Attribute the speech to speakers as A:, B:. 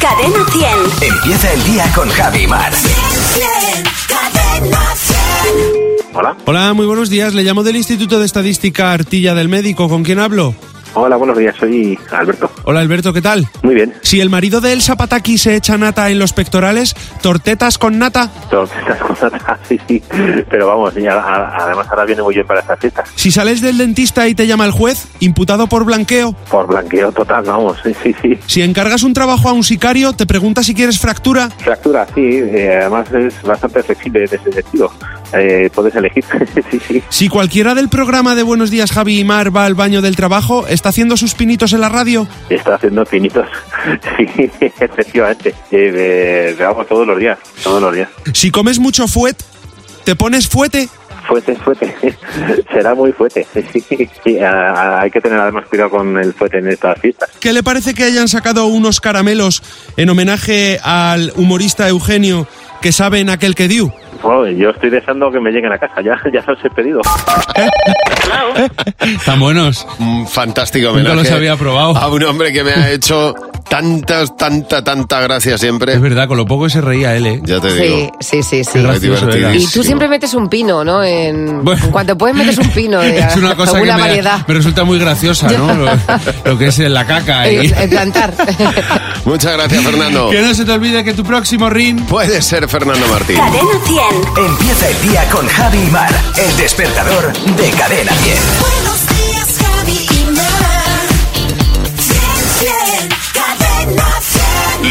A: Cadena 100.
B: Empieza el día con Javi Mar.
A: Cadena 100.
C: Hola.
D: Hola, muy buenos días. Le llamo del Instituto de Estadística Artilla del Médico. ¿Con quién hablo?
C: Hola, buenos días. Soy Alberto.
D: Hola, Alberto, ¿qué tal?
C: Muy bien.
D: Si el marido de Elsa Pataki se echa nata en los pectorales, ¿tortetas con nata?
C: Tortetas con nata, sí, sí. Pero vamos, y a- a- además ahora viene muy bien para estas fiestas.
D: Si sales del dentista y te llama el juez, imputado por blanqueo.
C: Por blanqueo total, vamos, sí, sí, sí.
D: Si encargas un trabajo a un sicario, te pregunta si quieres fractura.
C: Fractura, sí. eh, además es bastante flexible en ese sentido. Eh, puedes elegir, sí, sí.
D: Si cualquiera del programa de Buenos Días Javi y Mar va al baño del trabajo, está haciendo sus pinitos en la radio.
C: Está haciendo pinitos. Sí, efectivamente. Eh, eh, vamos todos los días, todos los días.
D: Si comes mucho fuet, te pones fuete.
C: Fuete, fuete. Será muy fuete. Sí, sí. a- a- hay que tener además cuidado con el fuete en estas fiestas.
D: ¿Qué le parece que hayan sacado unos caramelos en homenaje al humorista Eugenio que sabe en aquel que dio?
C: Bueno, yo estoy deseando que me lleguen a casa, ya, ya los he pedido.
D: Están buenos.
E: un fantástico
D: Nunca
E: homenaje
D: los había probado.
E: a un hombre que me ha hecho tantas, tanta, tanta gracia siempre.
D: verdad, con lo poco que se reía él, ¿eh?
E: Ya te
F: Sí,
E: digo.
F: sí, sí, sí.
E: es
D: gracioso era.
F: Y
E: divertidísimo.
F: tú siempre metes un pino, ¿no? En,
D: Bueno.
F: en cuanto puedes metes un pino de
D: es una cosa que
F: alguna
D: me,
F: variedad.
D: me resulta muy graciosa, ¿no? lo, lo que es la caca.
F: Eh,
D: y-
F: eh, plantar.
E: Muchas gracias, Fernando.
D: que no se te olvide que tu próximo ring...
E: Puede ser Fernando Martín.
A: Cadena 100.
B: Empieza el día con Javi Mar. El despertador de Cadena 10.
A: Buenos días, Javi y Mar. Cadena 100.